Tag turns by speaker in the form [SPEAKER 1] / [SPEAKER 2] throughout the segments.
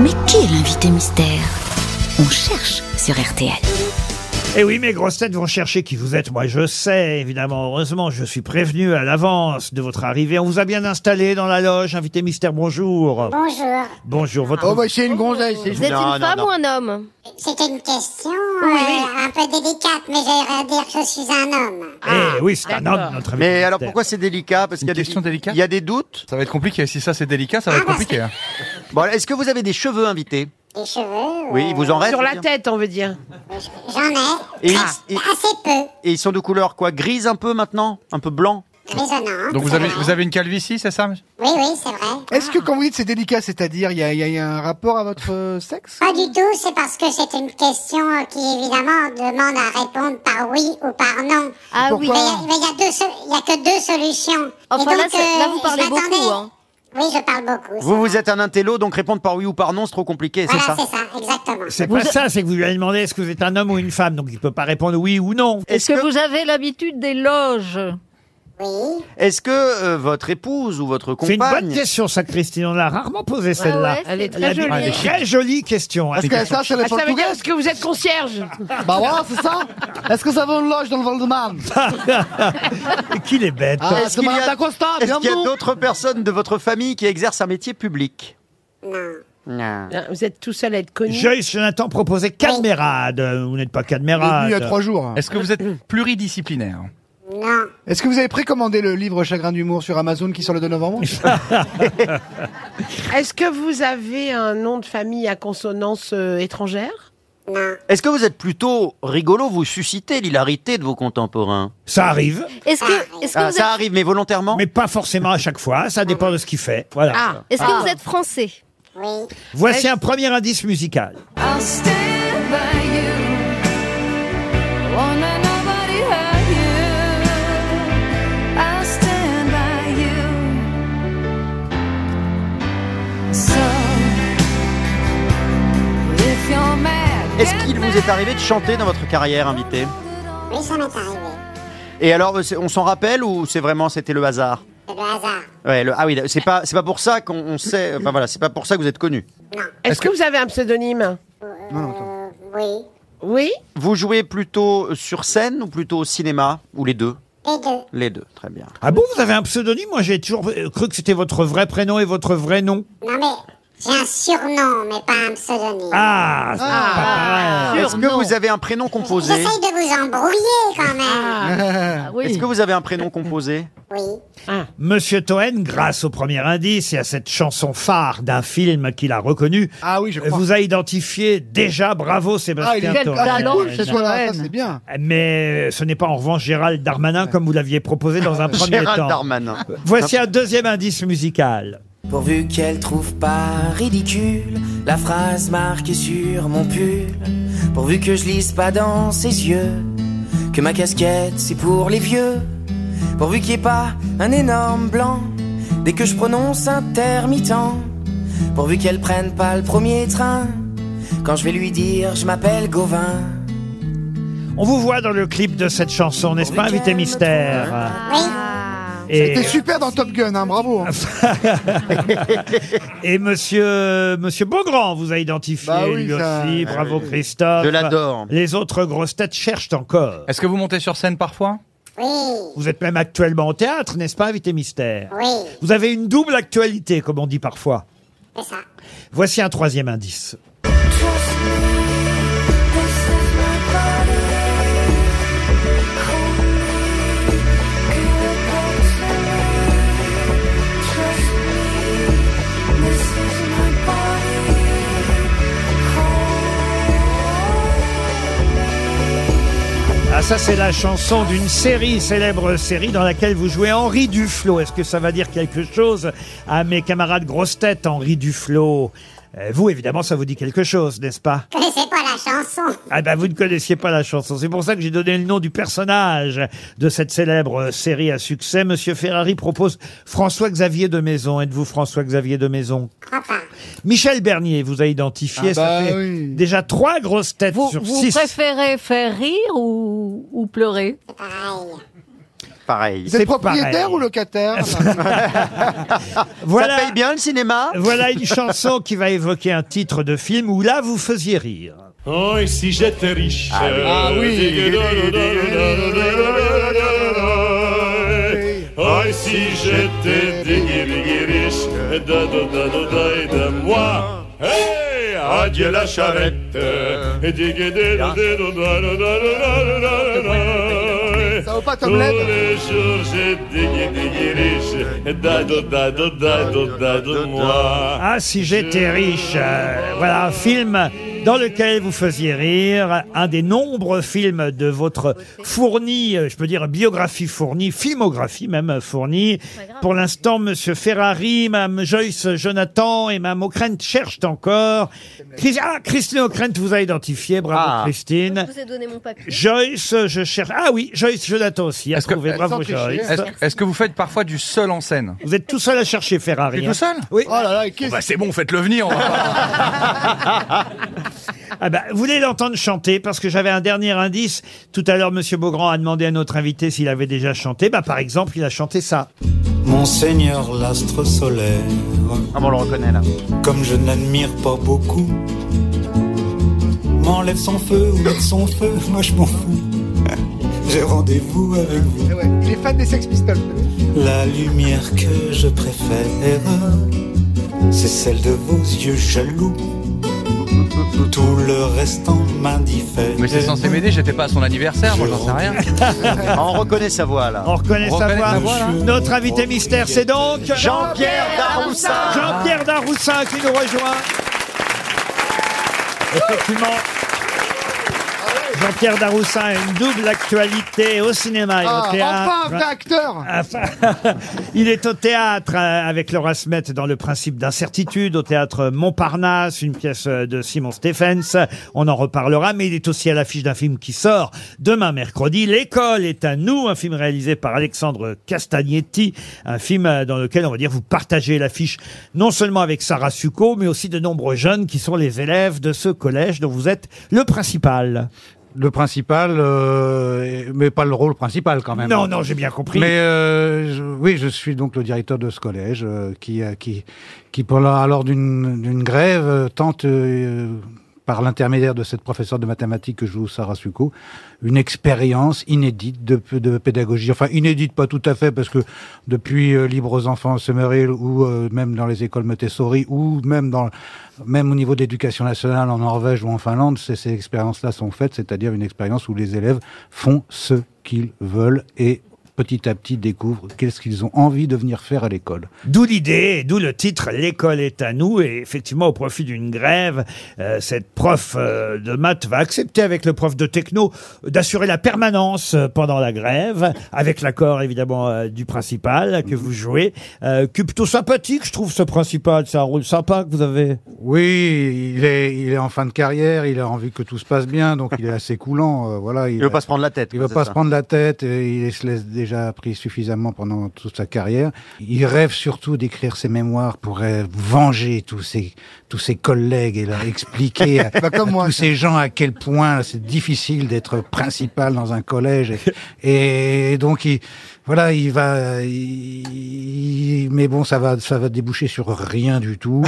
[SPEAKER 1] Mais qui est l'invité mystère On cherche sur RTL.
[SPEAKER 2] Et Eh oui, mes grosses têtes vont chercher qui vous êtes. Moi, je sais, évidemment. Heureusement, je suis prévenu à l'avance de votre arrivée. On vous a bien installé dans la loge. Invité mystère, bonjour.
[SPEAKER 3] Bonjour.
[SPEAKER 2] Bonjour, votre...
[SPEAKER 4] Oh, bah, c'est une gonzesse, c'est
[SPEAKER 5] Vous êtes
[SPEAKER 6] Non,
[SPEAKER 5] une
[SPEAKER 6] non,
[SPEAKER 5] femme
[SPEAKER 6] non.
[SPEAKER 5] ou un homme
[SPEAKER 3] C'était une question euh, un peu délicate, mais j'aimerais dire que je suis un homme.
[SPEAKER 2] eh oui, c'est un homme, notre invité
[SPEAKER 6] Mais alors
[SPEAKER 2] mystère.
[SPEAKER 6] pourquoi c'est délicat Parce qu'il y a
[SPEAKER 4] Une question
[SPEAKER 6] des
[SPEAKER 4] délicate
[SPEAKER 6] Il y a des doutes.
[SPEAKER 4] Ça va être compliqué, si ça c'est délicat,
[SPEAKER 3] Ah,
[SPEAKER 4] ça va être compliqué. hein.
[SPEAKER 6] Bon, alors, est-ce que vous avez des cheveux invités
[SPEAKER 3] bah, Des cheveux
[SPEAKER 6] Oui,
[SPEAKER 3] euh,
[SPEAKER 6] il vous en reste
[SPEAKER 7] Sur
[SPEAKER 6] je
[SPEAKER 7] la
[SPEAKER 6] veux dire.
[SPEAKER 7] tête, on veut dire.
[SPEAKER 3] J'en ai.
[SPEAKER 6] Et,
[SPEAKER 3] Ah.
[SPEAKER 6] ils, et-
[SPEAKER 3] Assez peu.
[SPEAKER 6] et ils sont de couleur quoi Grise un peu maintenant, un peu blanc.
[SPEAKER 3] Résonnant.
[SPEAKER 4] Donc vous avez, vous avez une calvitie, c'est ça
[SPEAKER 3] Oui, oui, c'est vrai.
[SPEAKER 8] Est-ce que quand vous dites c'est délicat, c'est-à-dire il y a, il y a- il y a un rapport à votre euh, sexe
[SPEAKER 3] Pas du tout, c'est parce que c'est une question euh, qui, évidemment, demande à répondre par oui ou par non.
[SPEAKER 5] Ah
[SPEAKER 3] Mais
[SPEAKER 5] oui.
[SPEAKER 3] il y a- mais il y, a deux sol- il y a que deux solutions.
[SPEAKER 5] Oh, Enfin,
[SPEAKER 3] Et
[SPEAKER 5] là,
[SPEAKER 3] donc, euh,
[SPEAKER 5] c'est- là, vous
[SPEAKER 3] je
[SPEAKER 5] parlez beaucoup,
[SPEAKER 3] m'attendais-
[SPEAKER 5] hein.
[SPEAKER 3] Oui, je parle beaucoup.
[SPEAKER 6] Vous, vous êtes un intello, donc répondre par oui ou par non, c'est trop compliqué, c'est
[SPEAKER 3] Voilà,
[SPEAKER 6] ça
[SPEAKER 3] Ah, c'est ça, exactement.
[SPEAKER 2] C'est pas ça, c'est que vous lui avez demandé est-ce que vous êtes un homme ou une femme, donc il peut pas répondre oui ou non.
[SPEAKER 6] Est-ce que,
[SPEAKER 9] vous avez l'habitude des loges
[SPEAKER 3] Oui.
[SPEAKER 6] est-ce que euh, votre épouse ou votre
[SPEAKER 2] C'est une bonne
[SPEAKER 6] compagne
[SPEAKER 2] question, ça, Christine. On l'a rarement posé celle-là.
[SPEAKER 5] ouais,
[SPEAKER 7] Elle est
[SPEAKER 2] La-
[SPEAKER 7] très jolie.
[SPEAKER 2] Très jolie question.
[SPEAKER 8] Est-ce que ça, c'est
[SPEAKER 7] Ah,
[SPEAKER 8] les
[SPEAKER 7] ça veut dire
[SPEAKER 8] portugaises
[SPEAKER 7] que vous êtes concierge.
[SPEAKER 8] Bah voilà, c'est ça Est-ce que ça va une loge dans le Val-de-Marne
[SPEAKER 2] Et Qu'il est bête.
[SPEAKER 8] Ah,
[SPEAKER 6] Est-ce
[SPEAKER 8] c'est
[SPEAKER 6] qu'il y a-
[SPEAKER 8] Madame Costa,
[SPEAKER 6] Est-ce qu'il y a
[SPEAKER 8] bienvenue
[SPEAKER 6] d'autres personnes de votre famille qui exercent un métier public
[SPEAKER 3] Non.
[SPEAKER 6] Non.
[SPEAKER 7] Ah, Vous êtes tout seul à être connu.
[SPEAKER 2] Joyce Jonathan proposait Cadmérade. Vous n'êtes pas
[SPEAKER 8] Il est venu il y a
[SPEAKER 2] Cadmérade.
[SPEAKER 8] trois jours.
[SPEAKER 4] Est-ce que vous êtes pluridisciplinaire
[SPEAKER 3] Non.
[SPEAKER 8] Est-ce que vous avez précommandé le livre Chagrin d'humour sur Amazon qui sort le 2 novembre
[SPEAKER 7] Est-ce que vous avez un nom de famille à consonance euh, étrangère
[SPEAKER 3] Non.
[SPEAKER 6] Est-ce que vous êtes plutôt rigolo Vous suscitez l'hilarité de vos contemporains
[SPEAKER 2] Ça arrive,
[SPEAKER 9] Est-ce que, est-ce que,
[SPEAKER 6] Ah,
[SPEAKER 9] vous, êtes,
[SPEAKER 6] Ça arrive, mais volontairement
[SPEAKER 2] mais pas forcément à chaque fois. hein, Ça dépend de ce qu'il fait. Voilà.
[SPEAKER 7] Ah,
[SPEAKER 9] est-ce que vous êtes français
[SPEAKER 3] Oui.
[SPEAKER 2] Voici un premier indice musical.
[SPEAKER 6] Est-ce qu'il vous est arrivé de chanter dans votre carrière invité
[SPEAKER 3] Oui, ça m'est arrivé.
[SPEAKER 6] Et alors, c'est- on s'en rappelle ou c'est vraiment c'était le hasard
[SPEAKER 3] C'est le hasard.
[SPEAKER 6] Ouais, le- ah oui, c'est pas c'est pas pour ça qu'on on sait. Enfin voilà, c'est pas pour ça que vous êtes connu.
[SPEAKER 7] est-ce que... vous avez un pseudonyme
[SPEAKER 3] Euh, oui.
[SPEAKER 7] Oui.
[SPEAKER 6] Vous jouez plutôt sur scène ou plutôt au cinéma ou les deux
[SPEAKER 3] Les deux.
[SPEAKER 6] Les deux, très bien.
[SPEAKER 2] Ah bon, vous avez un pseudonyme Moi, j'ai toujours euh, cru que c'était votre vrai prénom et votre vrai nom.
[SPEAKER 3] Non mais j'ai un surnom, mais pas un pseudonyme.
[SPEAKER 2] Ah, c'est pas pareil.
[SPEAKER 6] Est-ce que vous avez un prénom composé
[SPEAKER 3] J'essaye de vous embrouiller quand
[SPEAKER 8] Ah.
[SPEAKER 3] même.
[SPEAKER 7] Ah,
[SPEAKER 6] Est-ce que vous avez un prénom composé
[SPEAKER 3] Oui.
[SPEAKER 2] Monsieur Toen, grâce au premier indice et à cette chanson phare d'un film qu'il a reconnu,
[SPEAKER 8] Ah oui, je crois.
[SPEAKER 2] vous a identifié déjà. Bravo,
[SPEAKER 8] Ah, il
[SPEAKER 2] Sébastien
[SPEAKER 8] est
[SPEAKER 2] Toen.
[SPEAKER 8] ah, c'est cool,
[SPEAKER 9] c'est
[SPEAKER 8] c'est
[SPEAKER 9] Cohen.
[SPEAKER 8] ça, c'est bien.
[SPEAKER 2] Mais euh, ce n'est pas en revanche Gérald Darmanin comme vous l'aviez proposé dans un premier
[SPEAKER 6] Gérald
[SPEAKER 2] temps.
[SPEAKER 6] Darmanin.
[SPEAKER 2] Voici un deuxième indice musical.
[SPEAKER 10] Pourvu qu'elle trouve pas ridicule la phrase marquée sur mon pull. Pourvu que je lise pas dans ses yeux que ma casquette c'est pour les vieux. Pourvu qu'il n'y ait pas un énorme blanc dès que je prononce intermittent. Pourvu qu'elle prenne pas le premier train quand je vais lui dire je m'appelle Gauvin.
[SPEAKER 2] On vous voit dans le clip de cette chanson, n'est-ce pas, invité mystère
[SPEAKER 3] Oui.
[SPEAKER 2] et,
[SPEAKER 8] T'es super dans Top Gun, hein, bravo. hein.
[SPEAKER 2] et Monsieur Monsieur Beaugrand vous a identifié
[SPEAKER 8] Bah oui,
[SPEAKER 2] lui
[SPEAKER 8] ça-
[SPEAKER 2] aussi. Bravo Christophe.
[SPEAKER 6] Je l'adore.
[SPEAKER 2] Les autres grosses têtes cherchent encore.
[SPEAKER 4] Est-ce que vous montez sur scène parfois
[SPEAKER 3] Oui.
[SPEAKER 2] Vous êtes même actuellement au théâtre, n'est-ce pas, invité mystère
[SPEAKER 3] Oui.
[SPEAKER 2] Vous avez une double actualité, comme on dit parfois.
[SPEAKER 3] C'est ça.
[SPEAKER 2] Voici un troisième indice. Ah ça c'est la chanson d'une série, célèbre série dans laquelle vous jouez Henri Duflo. Est-ce que ça va dire quelque chose à mes camarades grosses têtes Henri Duflo Euh, Vous évidemment ça vous dit quelque chose, n'est-ce pas
[SPEAKER 3] Vous connaissez pas la chanson.
[SPEAKER 2] Ah ben vous ne connaissiez pas la chanson. C'est pour ça que j'ai donné le nom du personnage de cette célèbre euh, série à succès. Monsieur Ferrari propose François-Xavier de Maison. Êtes-vous François-Xavier de Maison
[SPEAKER 3] Je crois pas.
[SPEAKER 2] Michel Bernier vous a identifié.
[SPEAKER 8] Ah
[SPEAKER 2] ça
[SPEAKER 8] bah
[SPEAKER 2] fait
[SPEAKER 8] oui.
[SPEAKER 2] déjà trois grosses têtes
[SPEAKER 9] Vous,
[SPEAKER 2] sur
[SPEAKER 9] vous
[SPEAKER 2] six.
[SPEAKER 9] préférez faire rire ou, ou pleurer
[SPEAKER 3] C'est pareil.
[SPEAKER 6] pareil.
[SPEAKER 8] Vous
[SPEAKER 2] C'est
[SPEAKER 8] êtes propriétaire
[SPEAKER 2] pareil.
[SPEAKER 8] ou locataire
[SPEAKER 2] Voilà, Ah,
[SPEAKER 6] Ça paye bien le cinéma
[SPEAKER 2] voilà une chanson qui va évoquer un titre de film où là vous faisiez rire.
[SPEAKER 5] Oh, et si j'étais riche
[SPEAKER 8] Ah oui. Ah
[SPEAKER 5] Oh, et si j'étais dingue, dingue, riche Da, da, da, da, da, et de moi Hey Adieu la charrette
[SPEAKER 8] Euh.
[SPEAKER 5] Et dingue, dingue,
[SPEAKER 8] Ah.
[SPEAKER 5] da, da, da, da, da, da, da, da, da.
[SPEAKER 8] Ça vaut pas
[SPEAKER 5] Tous
[SPEAKER 8] Tom Led
[SPEAKER 5] les jours j'étais dingue, dingue, riche Da, da, da, da, da, da, da, de moi
[SPEAKER 2] Ah, si j'étais riche. euh, voilà un film dans lequel vous faisiez rire. Un des nombreux films de votre fournie, euh, je peux dire biographie fournie, filmographie même euh, fournie. Pour l'instant, Monsieur Ferrari, Mme Joyce Jonathan et Mme O'Krent cherchent encore. Chris- ah, Christine O'Krent vous a identifié. Bravo,
[SPEAKER 6] Ah.
[SPEAKER 9] Je
[SPEAKER 2] Christine.
[SPEAKER 9] vous ai donné mon papier.
[SPEAKER 2] Joyce, je cherche. Ah oui, Joyce Jonathan aussi. A
[SPEAKER 4] Est-ce que-
[SPEAKER 2] trouvé.
[SPEAKER 4] euh,
[SPEAKER 2] Bravo,
[SPEAKER 8] sans tricher.
[SPEAKER 2] Joyce.
[SPEAKER 4] Est-ce est-ce que vous faites parfois du seul en scène
[SPEAKER 2] Vous êtes tout seul à chercher Ferrari.
[SPEAKER 4] T'es
[SPEAKER 2] hein.
[SPEAKER 4] tout seul
[SPEAKER 2] Oui.
[SPEAKER 8] Oh là là, et qu'est-ce
[SPEAKER 4] Bah c'est bon, faites-le venir. on va pas-
[SPEAKER 2] Ah bah, vous voulez l'entendre chanter parce que j'avais un dernier indice. Tout à l'heure, Monsieur Beaugrand a demandé à notre invité s'il avait déjà chanté. Bah, par exemple, il a chanté ça.
[SPEAKER 10] Monseigneur l'astre solaire,
[SPEAKER 6] Ah bon, on le reconnaît là.
[SPEAKER 10] comme je n'admire pas beaucoup, m'enlève son feu ou mette son feu, moi je m'en fous. J'ai rendez-vous avec vous.
[SPEAKER 8] Eh ouais, Il est fan des Sex Pistols.
[SPEAKER 10] La lumière que je préfère, c'est celle de vos yeux jaloux. Tout le reste en m'indiffère.
[SPEAKER 4] Mais c'est censé m'aider, j'étais pas à son anniversaire, moi j'en sais rien.
[SPEAKER 6] Ah, on reconnaît sa voix là.
[SPEAKER 2] On reconnaît
[SPEAKER 4] On
[SPEAKER 2] sa
[SPEAKER 4] reconnaît
[SPEAKER 2] voix.
[SPEAKER 4] sa voix, là.
[SPEAKER 2] Notre invité mystère, c'est donc
[SPEAKER 6] Jean-Pierre Daroussin
[SPEAKER 2] Jean-Pierre Daroussin qui nous rejoint. Effectivement. Jean-Pierre Daroussin a une double actualité au cinéma et
[SPEAKER 8] Ah,
[SPEAKER 2] au théâtre.
[SPEAKER 8] enfin un vrai acteur
[SPEAKER 2] Enfin, il est au théâtre euh, avec Laura Smet dans Le principe d'incertitude, au théâtre Montparnasse, une pièce euh, de Simon Stephens. On en reparlera, mais il est aussi à l'affiche d'un film qui sort demain mercredi. L'école est à nous, un film réalisé par Alexandre Castagnetti, un film euh, dans lequel, on va dire, vous partagez l'affiche non seulement avec Sarah Succo, mais aussi de nombreux jeunes qui sont les élèves de ce collège dont vous êtes le principal.
[SPEAKER 11] Le principal, euh, mais pas le rôle principal quand même.
[SPEAKER 2] Non, non, j'ai bien compris.
[SPEAKER 11] Mais euh, je- oui, je suis donc le directeur de ce collège euh, qui, euh, qui, qui, pour la- alors d'une d'une grève, euh, tente, euh, par l'intermédiaire de cette professeure de mathématiques que joue Sarah Succo, une expérience inédite de, de pédagogie. Enfin, inédite pas tout à fait, parce que depuis euh, Libre aux enfants Summerhill, ou euh, même dans les écoles Montessori, ou même, dans, même au niveau de l'éducation nationale en Norvège ou en Finlande, ces, ces expériences-là sont faites, c'est-à-dire une expérience où les élèves font ce qu'ils veulent et petit à petit découvrent qu'est-ce qu'ils ont envie de venir faire à l'école.
[SPEAKER 2] D'où l'idée, et d'où le titre L'école est à nous. Et effectivement, au profit d'une grève, euh, cette prof euh, de maths va accepter avec le prof de techno d'assurer la permanence euh, pendant la grève, avec l'accord évidemment euh, du principal que vous jouez. Euh, que plutôt sympathique, je trouve, ce principal. C'est un rôle sympa que vous avez.
[SPEAKER 11] Oui, il est, il est en fin de carrière, il a envie que tout se passe bien, donc il est assez coulant. euh, voilà,
[SPEAKER 6] Il veut pas se prendre la tête.
[SPEAKER 11] Il
[SPEAKER 6] quoi,
[SPEAKER 11] veut
[SPEAKER 6] c'est
[SPEAKER 11] pas
[SPEAKER 6] ça.
[SPEAKER 11] se prendre la tête, et il se laisse déjà pris suffisamment pendant toute sa carrière. Il rêve surtout d'écrire ses mémoires pour euh, venger tous ses, tous ses collègues et leur expliquer à,
[SPEAKER 8] Bah, comme
[SPEAKER 11] à
[SPEAKER 8] moi.
[SPEAKER 11] tous ces gens à quel point c'est difficile d'être principal dans un collège. Et, et donc, il, voilà, il va, il- il- mais bon, ça va, ça va déboucher sur rien du tout.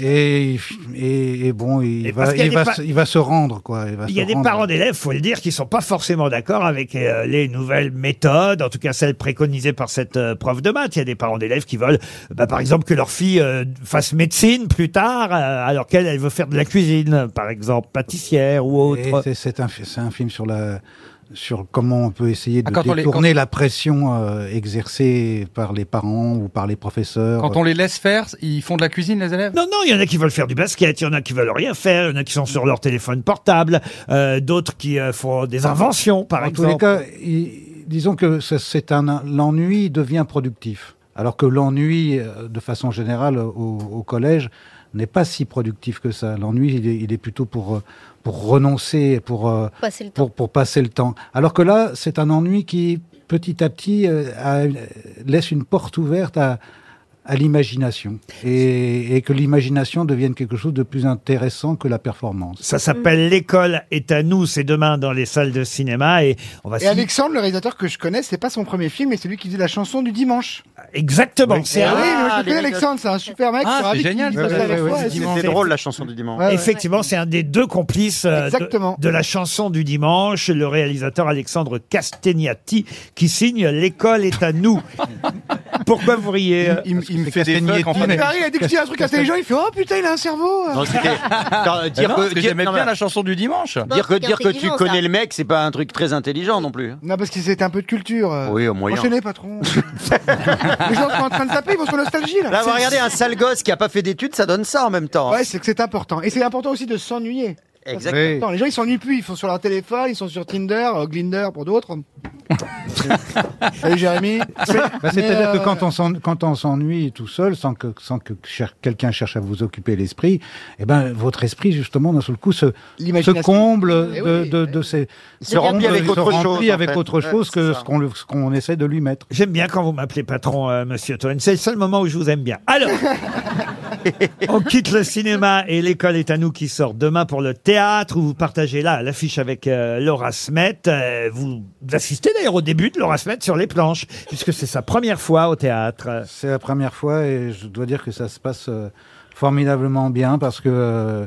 [SPEAKER 11] et, et, et- et bon, il,
[SPEAKER 2] Et parce
[SPEAKER 11] va,
[SPEAKER 2] qu'il y a
[SPEAKER 11] il
[SPEAKER 2] des
[SPEAKER 11] va,
[SPEAKER 2] pa-
[SPEAKER 11] se- il va se rendre, quoi. va
[SPEAKER 2] Il
[SPEAKER 11] se
[SPEAKER 2] y a des
[SPEAKER 11] rendre.
[SPEAKER 2] parents d'élèves, faut le dire, qui sont pas forcément d'accord avec euh, les nouvelles méthodes, en tout cas celles préconisées par cette euh, prof de maths. Il y a des parents d'élèves qui veulent, bah, par exemple, que leur fille euh, fasse médecine plus tard, euh, alors qu'elle, elle veut faire de la cuisine, par exemple, pâtissière ou
[SPEAKER 11] Et
[SPEAKER 2] autre.
[SPEAKER 11] c'est- C'est un, fi- c'est un film sur la sur comment on peut essayer de
[SPEAKER 4] Ah, quand on les-
[SPEAKER 11] détourner la pression euh, exercée par les parents ou par les professeurs.
[SPEAKER 4] Quand on les laisse faire, ils font de la cuisine les élèves
[SPEAKER 2] Non, non, il y en a qui veulent faire du basket, il y en a qui veulent rien faire, il y en a qui sont sur leur téléphone portable, euh, d'autres qui euh, font des inventions, par
[SPEAKER 11] En tous
[SPEAKER 2] exemple.
[SPEAKER 11] les cas, il- disons que ça- c'est un l'ennui devient productif, alors que l'ennui, euh, de façon générale, au, au collège, n'est pas si productif que ça. L'ennui, il est, il est plutôt pour euh, pour renoncer, pour euh,
[SPEAKER 9] Passer le temps.
[SPEAKER 11] pour, pour passer le temps. Alors que là, c'est un ennui qui, petit à petit, euh, a une- laisse une porte ouverte à, à l'imagination et, et que l'imagination devienne quelque chose de plus intéressant que la performance.
[SPEAKER 2] Ça
[SPEAKER 11] Mm.
[SPEAKER 2] s'appelle L'école est à nous, c'est demain dans les salles de cinéma et on va
[SPEAKER 8] Et Alexandre, le réalisateur que je connais, c'est pas son premier film, mais celui qui faisait la chanson du dimanche.
[SPEAKER 2] Exactement, c'est
[SPEAKER 8] Ah,
[SPEAKER 2] un-
[SPEAKER 8] oui, mais je le connais, Alexandre, c'est un super mec. je suis ravi qu'il fasse ça avec toi, et tout.
[SPEAKER 6] C'était drôle la chanson du dimanche.
[SPEAKER 2] Effectivement, c'est un des deux complices euh,
[SPEAKER 8] Ah Exactement.
[SPEAKER 2] de, de la chanson du dimanche, le réalisateur Alexandre Castagnati, qui signe L'école est à nous. Pourquoi vous riez euh,
[SPEAKER 4] Il, me fait Bah des
[SPEAKER 2] Castagnati,
[SPEAKER 4] fucks en fin
[SPEAKER 8] Il
[SPEAKER 4] de-
[SPEAKER 8] arrive, il a dit que c'était un truc intelligent, il fait Oh putain, il a un cerveau
[SPEAKER 6] Non, c'était- Non,
[SPEAKER 4] Mais
[SPEAKER 6] dire
[SPEAKER 4] non,
[SPEAKER 6] que-
[SPEAKER 4] parce que
[SPEAKER 6] dire-
[SPEAKER 4] j'aimais
[SPEAKER 6] non,
[SPEAKER 4] bien
[SPEAKER 6] mais-
[SPEAKER 4] la chanson du dimanche.
[SPEAKER 6] Dire que, dire que tu
[SPEAKER 8] intelligent,
[SPEAKER 6] connais
[SPEAKER 8] ça.
[SPEAKER 6] le mec, c'est pas un truc très intelligent non plus.
[SPEAKER 8] Non, parce que c'était un peu de culture. euh.
[SPEAKER 6] Oui, au moyen.
[SPEAKER 8] Enchaînez, patron. Les gens sont en train de taper, ils vont sur nostalgie là.
[SPEAKER 6] Là, vous regardez, un sale gosse qui a pas fait d'études, ça donne ça en même temps.
[SPEAKER 8] Ouais, c'est que c'est important. Et c'est important aussi de s'ennuyer. Ça, c'est
[SPEAKER 6] Exactement.
[SPEAKER 8] important. Les gens, ils s'ennuient plus. Ils sont sur leur téléphone, ils sont sur Tinder, euh, Glinder pour d'autres. Salut Jérémy.
[SPEAKER 11] Bah, C'est-à-dire
[SPEAKER 8] Mais,
[SPEAKER 11] que
[SPEAKER 8] euh,
[SPEAKER 11] quand on s'en- quand on s'ennuie tout seul, sans que, sans que cher- quelqu'un cherche à vous occuper l'esprit, eh ben, votre esprit, justement, d'un seul coup, se, se
[SPEAKER 8] L'imagination.
[SPEAKER 11] comble
[SPEAKER 8] Eh
[SPEAKER 11] de,
[SPEAKER 8] oui,
[SPEAKER 11] de, de ces...
[SPEAKER 6] Se remplit
[SPEAKER 11] comble-
[SPEAKER 6] avec
[SPEAKER 11] se
[SPEAKER 6] autre chose,
[SPEAKER 11] remplit
[SPEAKER 6] en
[SPEAKER 11] avec
[SPEAKER 6] fait.
[SPEAKER 11] autre
[SPEAKER 6] Ouais,
[SPEAKER 11] chose que
[SPEAKER 6] c'est
[SPEAKER 11] ce qu'on le- ce qu'on essaie de lui mettre.
[SPEAKER 2] J'aime bien quand vous m'appelez patron, euh, monsieur Toen. C'est le seul moment où je vous aime bien. Alors, on quitte le cinéma et l'école est à nous qui sort demain pour le théâtre où vous partagez là l'affiche avec euh, Laura Smet. Euh, vous assistez d'ailleurs au début de Laura Smet sur les planches puisque c'est sa première fois au théâtre.
[SPEAKER 11] C'est la première fois et je dois dire que ça se passe euh, formidablement bien parce que euh,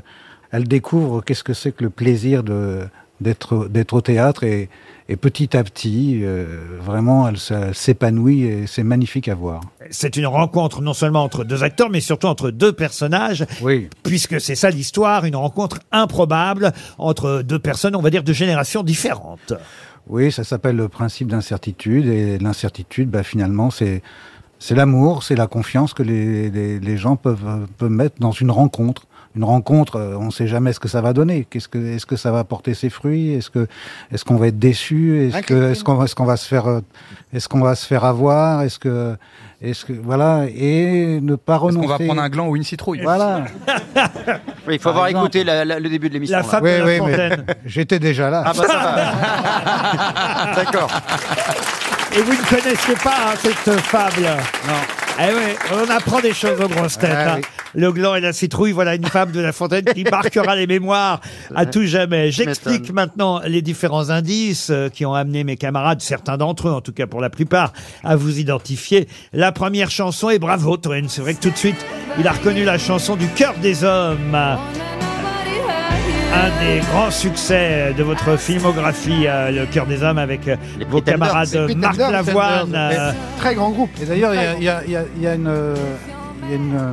[SPEAKER 11] elle découvre qu'est-ce que c'est que le plaisir de d'être d'être au théâtre et, et petit à petit euh, vraiment elle s- elle s'épanouit et c'est magnifique à voir.
[SPEAKER 2] C'est une rencontre non seulement entre deux acteurs, mais surtout entre deux personnages,
[SPEAKER 11] Oui.
[SPEAKER 2] puisque c'est ça l'histoire, une rencontre improbable entre deux personnes, on va dire, de générations différentes.
[SPEAKER 11] Oui, ça s'appelle le principe d'incertitude et l'incertitude bah finalement c'est c'est l'amour, c'est la confiance que les, les, les gens peuvent, euh, peuvent mettre dans une rencontre. Une rencontre, euh, on ne sait jamais ce que ça va donner. Qu'est-ce que, est-ce que ça va porter ses fruits Est-ce que, est-ce qu'on va être déçu Est-ce que, est-ce qu'on, est-ce qu'on va se faire, euh, est-ce qu'on va se faire avoir Est-ce que, est-ce que, voilà, et ne pas
[SPEAKER 4] Parce
[SPEAKER 11] renoncer.
[SPEAKER 4] qu'on va prendre un gland ou une citrouille.
[SPEAKER 11] Voilà.
[SPEAKER 6] Oui, il faut avoir écouté la- la- le début de l'émission.
[SPEAKER 2] La
[SPEAKER 6] là.
[SPEAKER 2] femme
[SPEAKER 11] Oui,
[SPEAKER 2] de la
[SPEAKER 11] oui, mais
[SPEAKER 2] fontaine.
[SPEAKER 11] j'étais déjà là.
[SPEAKER 6] Ah bah ça va. D'accord.
[SPEAKER 2] Et vous ne connaissez pas hein, cette fable Non. Eh oui, on apprend des choses aux grosses têtes.
[SPEAKER 11] Ah
[SPEAKER 2] hein.
[SPEAKER 11] oui.
[SPEAKER 2] Le gland et la citrouille, voilà une fable de La Fontaine qui marquera les mémoires à tout jamais. J'explique
[SPEAKER 6] m'étonnes.
[SPEAKER 2] maintenant les différents indices euh, qui ont amené mes camarades, certains d'entre eux, en tout cas pour la plupart, à vous identifier. La première chanson est Bravo, Toen. C'est vrai que tout de suite, il a reconnu la chanson du cœur des hommes. Un des grands succès de votre filmographie, euh, Le cœur des hommes, avec euh,
[SPEAKER 6] Les
[SPEAKER 2] vos
[SPEAKER 6] Pretenders,
[SPEAKER 2] camarades
[SPEAKER 6] c'est
[SPEAKER 8] Peter
[SPEAKER 2] Marc
[SPEAKER 8] Dern,
[SPEAKER 2] Lavoine.
[SPEAKER 8] Sanders,
[SPEAKER 2] euh,
[SPEAKER 8] mais Très grand groupe.
[SPEAKER 11] Et d'ailleurs, il y a- il y a, il y a- il y a une, euh, il y a une, euh,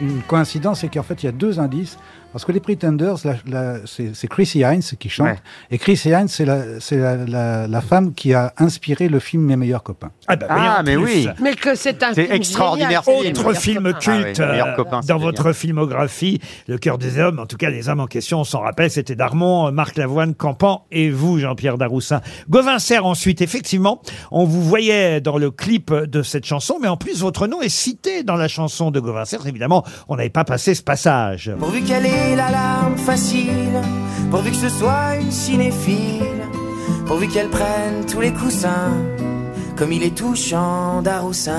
[SPEAKER 11] une coïncidence, c'est qu'en fait, il y a deux indices. Parce que les Pretenders, la- la- c'est c'est Chrissy Hines qui chante.
[SPEAKER 6] Ouais.
[SPEAKER 11] Et Chrissy Hines, c'est la, c'est la, la- la femme qui a inspiré le film Mes meilleurs copains.
[SPEAKER 2] Ah, bah oui,
[SPEAKER 6] Ah,
[SPEAKER 2] en
[SPEAKER 6] mais
[SPEAKER 2] plus.
[SPEAKER 6] oui.
[SPEAKER 7] Mais que c'est un
[SPEAKER 6] C'est
[SPEAKER 7] film
[SPEAKER 6] extraordinaire,
[SPEAKER 7] génial.
[SPEAKER 6] ce
[SPEAKER 2] Autre film
[SPEAKER 6] Ah oui,
[SPEAKER 2] culte
[SPEAKER 6] meilleur
[SPEAKER 2] euh,
[SPEAKER 6] copain, c'est
[SPEAKER 2] dans
[SPEAKER 6] bien.
[SPEAKER 2] votre filmographie, Le cœur des hommes, en tout cas les hommes en question, on s'en rappelle, c'était Darmon, euh, Marc Lavoine, Campan et vous, Jean-Pierre Daroussin. Gauvin Serre ensuite, effectivement, on vous voyait dans le clip de cette chanson, mais en plus votre nom est cité dans la chanson de Gauvin Serre. Évidemment, on n'avait pas passé ce passage.
[SPEAKER 10] Pourvu qu'elle ait l'alarme facile, pourvu que ce soit une cinéphile, pourvu qu'elle prenne tous les coussins, comme il est touchant d'Aroussin.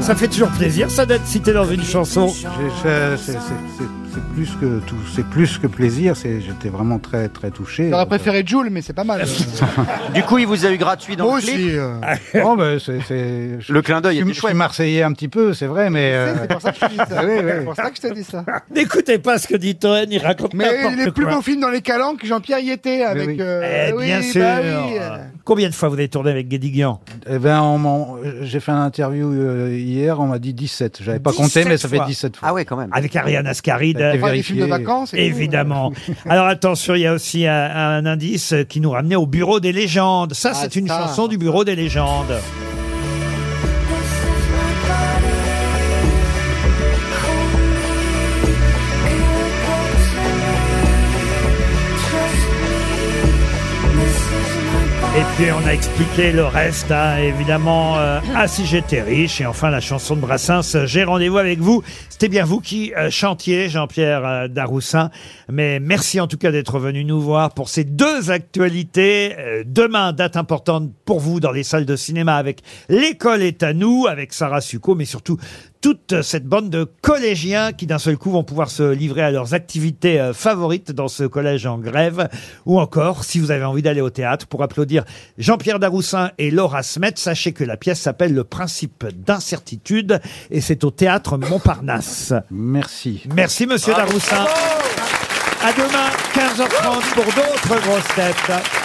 [SPEAKER 2] Ça fait toujours plaisir, ça, d'être cité dans une chanson.
[SPEAKER 11] J'ai- c'est- c'est- c'est- C'est c'est plus que tout, c'est plus que plaisir. c'est- J'étais vraiment très, très touché.
[SPEAKER 8] J'aurais préféré Jules, mais c'est pas mal.
[SPEAKER 6] Du coup, il vous a eu gratuit dans
[SPEAKER 8] Moi
[SPEAKER 6] le clip.
[SPEAKER 8] aussi. euh,
[SPEAKER 11] Non, Oh, mais c'est- c'est- je-
[SPEAKER 6] Le clin d'œil
[SPEAKER 11] je
[SPEAKER 6] était
[SPEAKER 11] suis- je suis
[SPEAKER 6] chouette.
[SPEAKER 11] marseillais un petit peu, c'est vrai, mais euh,
[SPEAKER 8] C'est pour ça que je te dis ça.
[SPEAKER 11] Oui, oui.
[SPEAKER 8] C'est pour ça que je te dis ça.
[SPEAKER 2] N'écoutez pas ce que dit Toen, il raconte
[SPEAKER 8] Mais
[SPEAKER 2] n'importe
[SPEAKER 8] les plus
[SPEAKER 2] quoi.
[SPEAKER 8] beaux films dans les calanques, Jean-Pierre y était
[SPEAKER 11] oui.
[SPEAKER 8] avec. euh,
[SPEAKER 2] Eh,
[SPEAKER 8] oui,
[SPEAKER 2] bien
[SPEAKER 8] bah
[SPEAKER 2] sûr.
[SPEAKER 8] oui, euh.
[SPEAKER 2] Combien de fois vous avez tourné avec Guédiguian
[SPEAKER 11] eh ben, on m'en- j'ai fait un interview euh, hier. On m'a dit 17. J'avais pas compté,
[SPEAKER 2] 17
[SPEAKER 11] mais ça fait
[SPEAKER 2] fois.
[SPEAKER 11] 17 fois.
[SPEAKER 6] Ah ouais, quand même.
[SPEAKER 2] Avec Ariane Ascaride.
[SPEAKER 11] Avec
[SPEAKER 8] Enfin, les films de
[SPEAKER 11] Vérifier.
[SPEAKER 8] vacances. et tout,
[SPEAKER 2] Évidemment. Alors attention, il y a aussi un, un indice qui nous ramenait au Bureau des légendes. Ça,
[SPEAKER 8] Ah,
[SPEAKER 2] c'est une
[SPEAKER 8] ça.
[SPEAKER 2] chanson du Bureau des légendes. Et puis on a expliqué le reste, hein, évidemment. euh, ah si j'étais riche et enfin la chanson de Brassens. euh, J'ai rendez-vous avec vous. C'était bien vous qui euh, chantiez, Jean-Pierre euh, Daroussin. Mais merci en tout cas d'être venu nous voir pour ces deux actualités. Euh, demain, date importante pour vous dans les salles de cinéma avec L'école est à nous, avec Sarah Succo, mais surtout toute cette bande de collégiens qui d'un seul coup vont pouvoir se livrer à leurs activités euh, favorites dans ce collège en grève. Ou encore, si vous avez envie d'aller au théâtre pour applaudir Jean-Pierre Daroussin et Laura Smet, sachez que la pièce s'appelle Le principe d'incertitude et c'est au théâtre Montparnasse.
[SPEAKER 11] Merci.
[SPEAKER 2] Merci monsieur Daroussin. À demain, 15h30 pour d'autres grosses têtes.